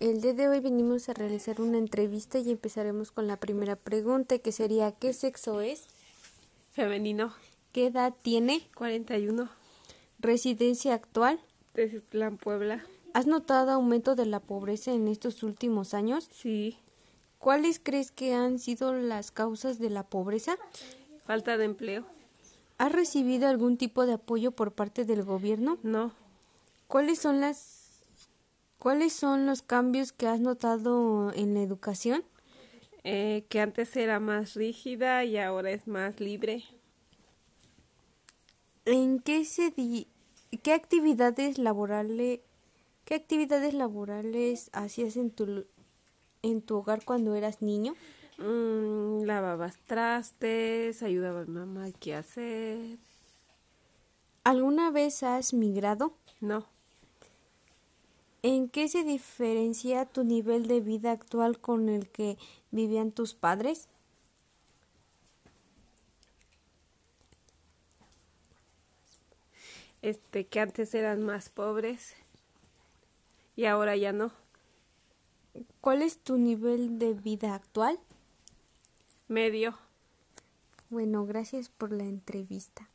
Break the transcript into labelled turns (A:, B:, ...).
A: El día de hoy venimos a realizar una entrevista y empezaremos con la primera pregunta que sería ¿qué sexo es?
B: Femenino,
A: ¿Qué edad tiene?
B: 41,
A: ¿Residencia actual?
B: Teciutlán, Puebla.
A: ¿Has notado aumento de la pobreza en estos últimos años?
B: Sí,
A: ¿Cuáles crees que han sido las causas de la pobreza?
B: falta de empleo.
A: ¿Has recibido algún tipo de apoyo por parte del gobierno?
B: No,
A: ¿Cuáles son las cuáles son los cambios que has notado en la educación?
B: eh, que antes era más rígida y ahora es más libre.
A: ¿En qué se di- qué actividades laborales qué actividades laborales hacías en tu lu- en tu hogar cuando eras niño?
B: Mm, lavabas trastes, ayudaba a mamá qué hacer.
A: ¿Alguna vez has migrado?
B: No,
A: ¿En qué se diferencia tu nivel de vida actual con el que vivían tus padres?
B: este, que antes eran más pobres y ahora ya no.
A: ¿Cuál es tu nivel de vida actual?
B: Medio.
A: Bueno, gracias por la entrevista.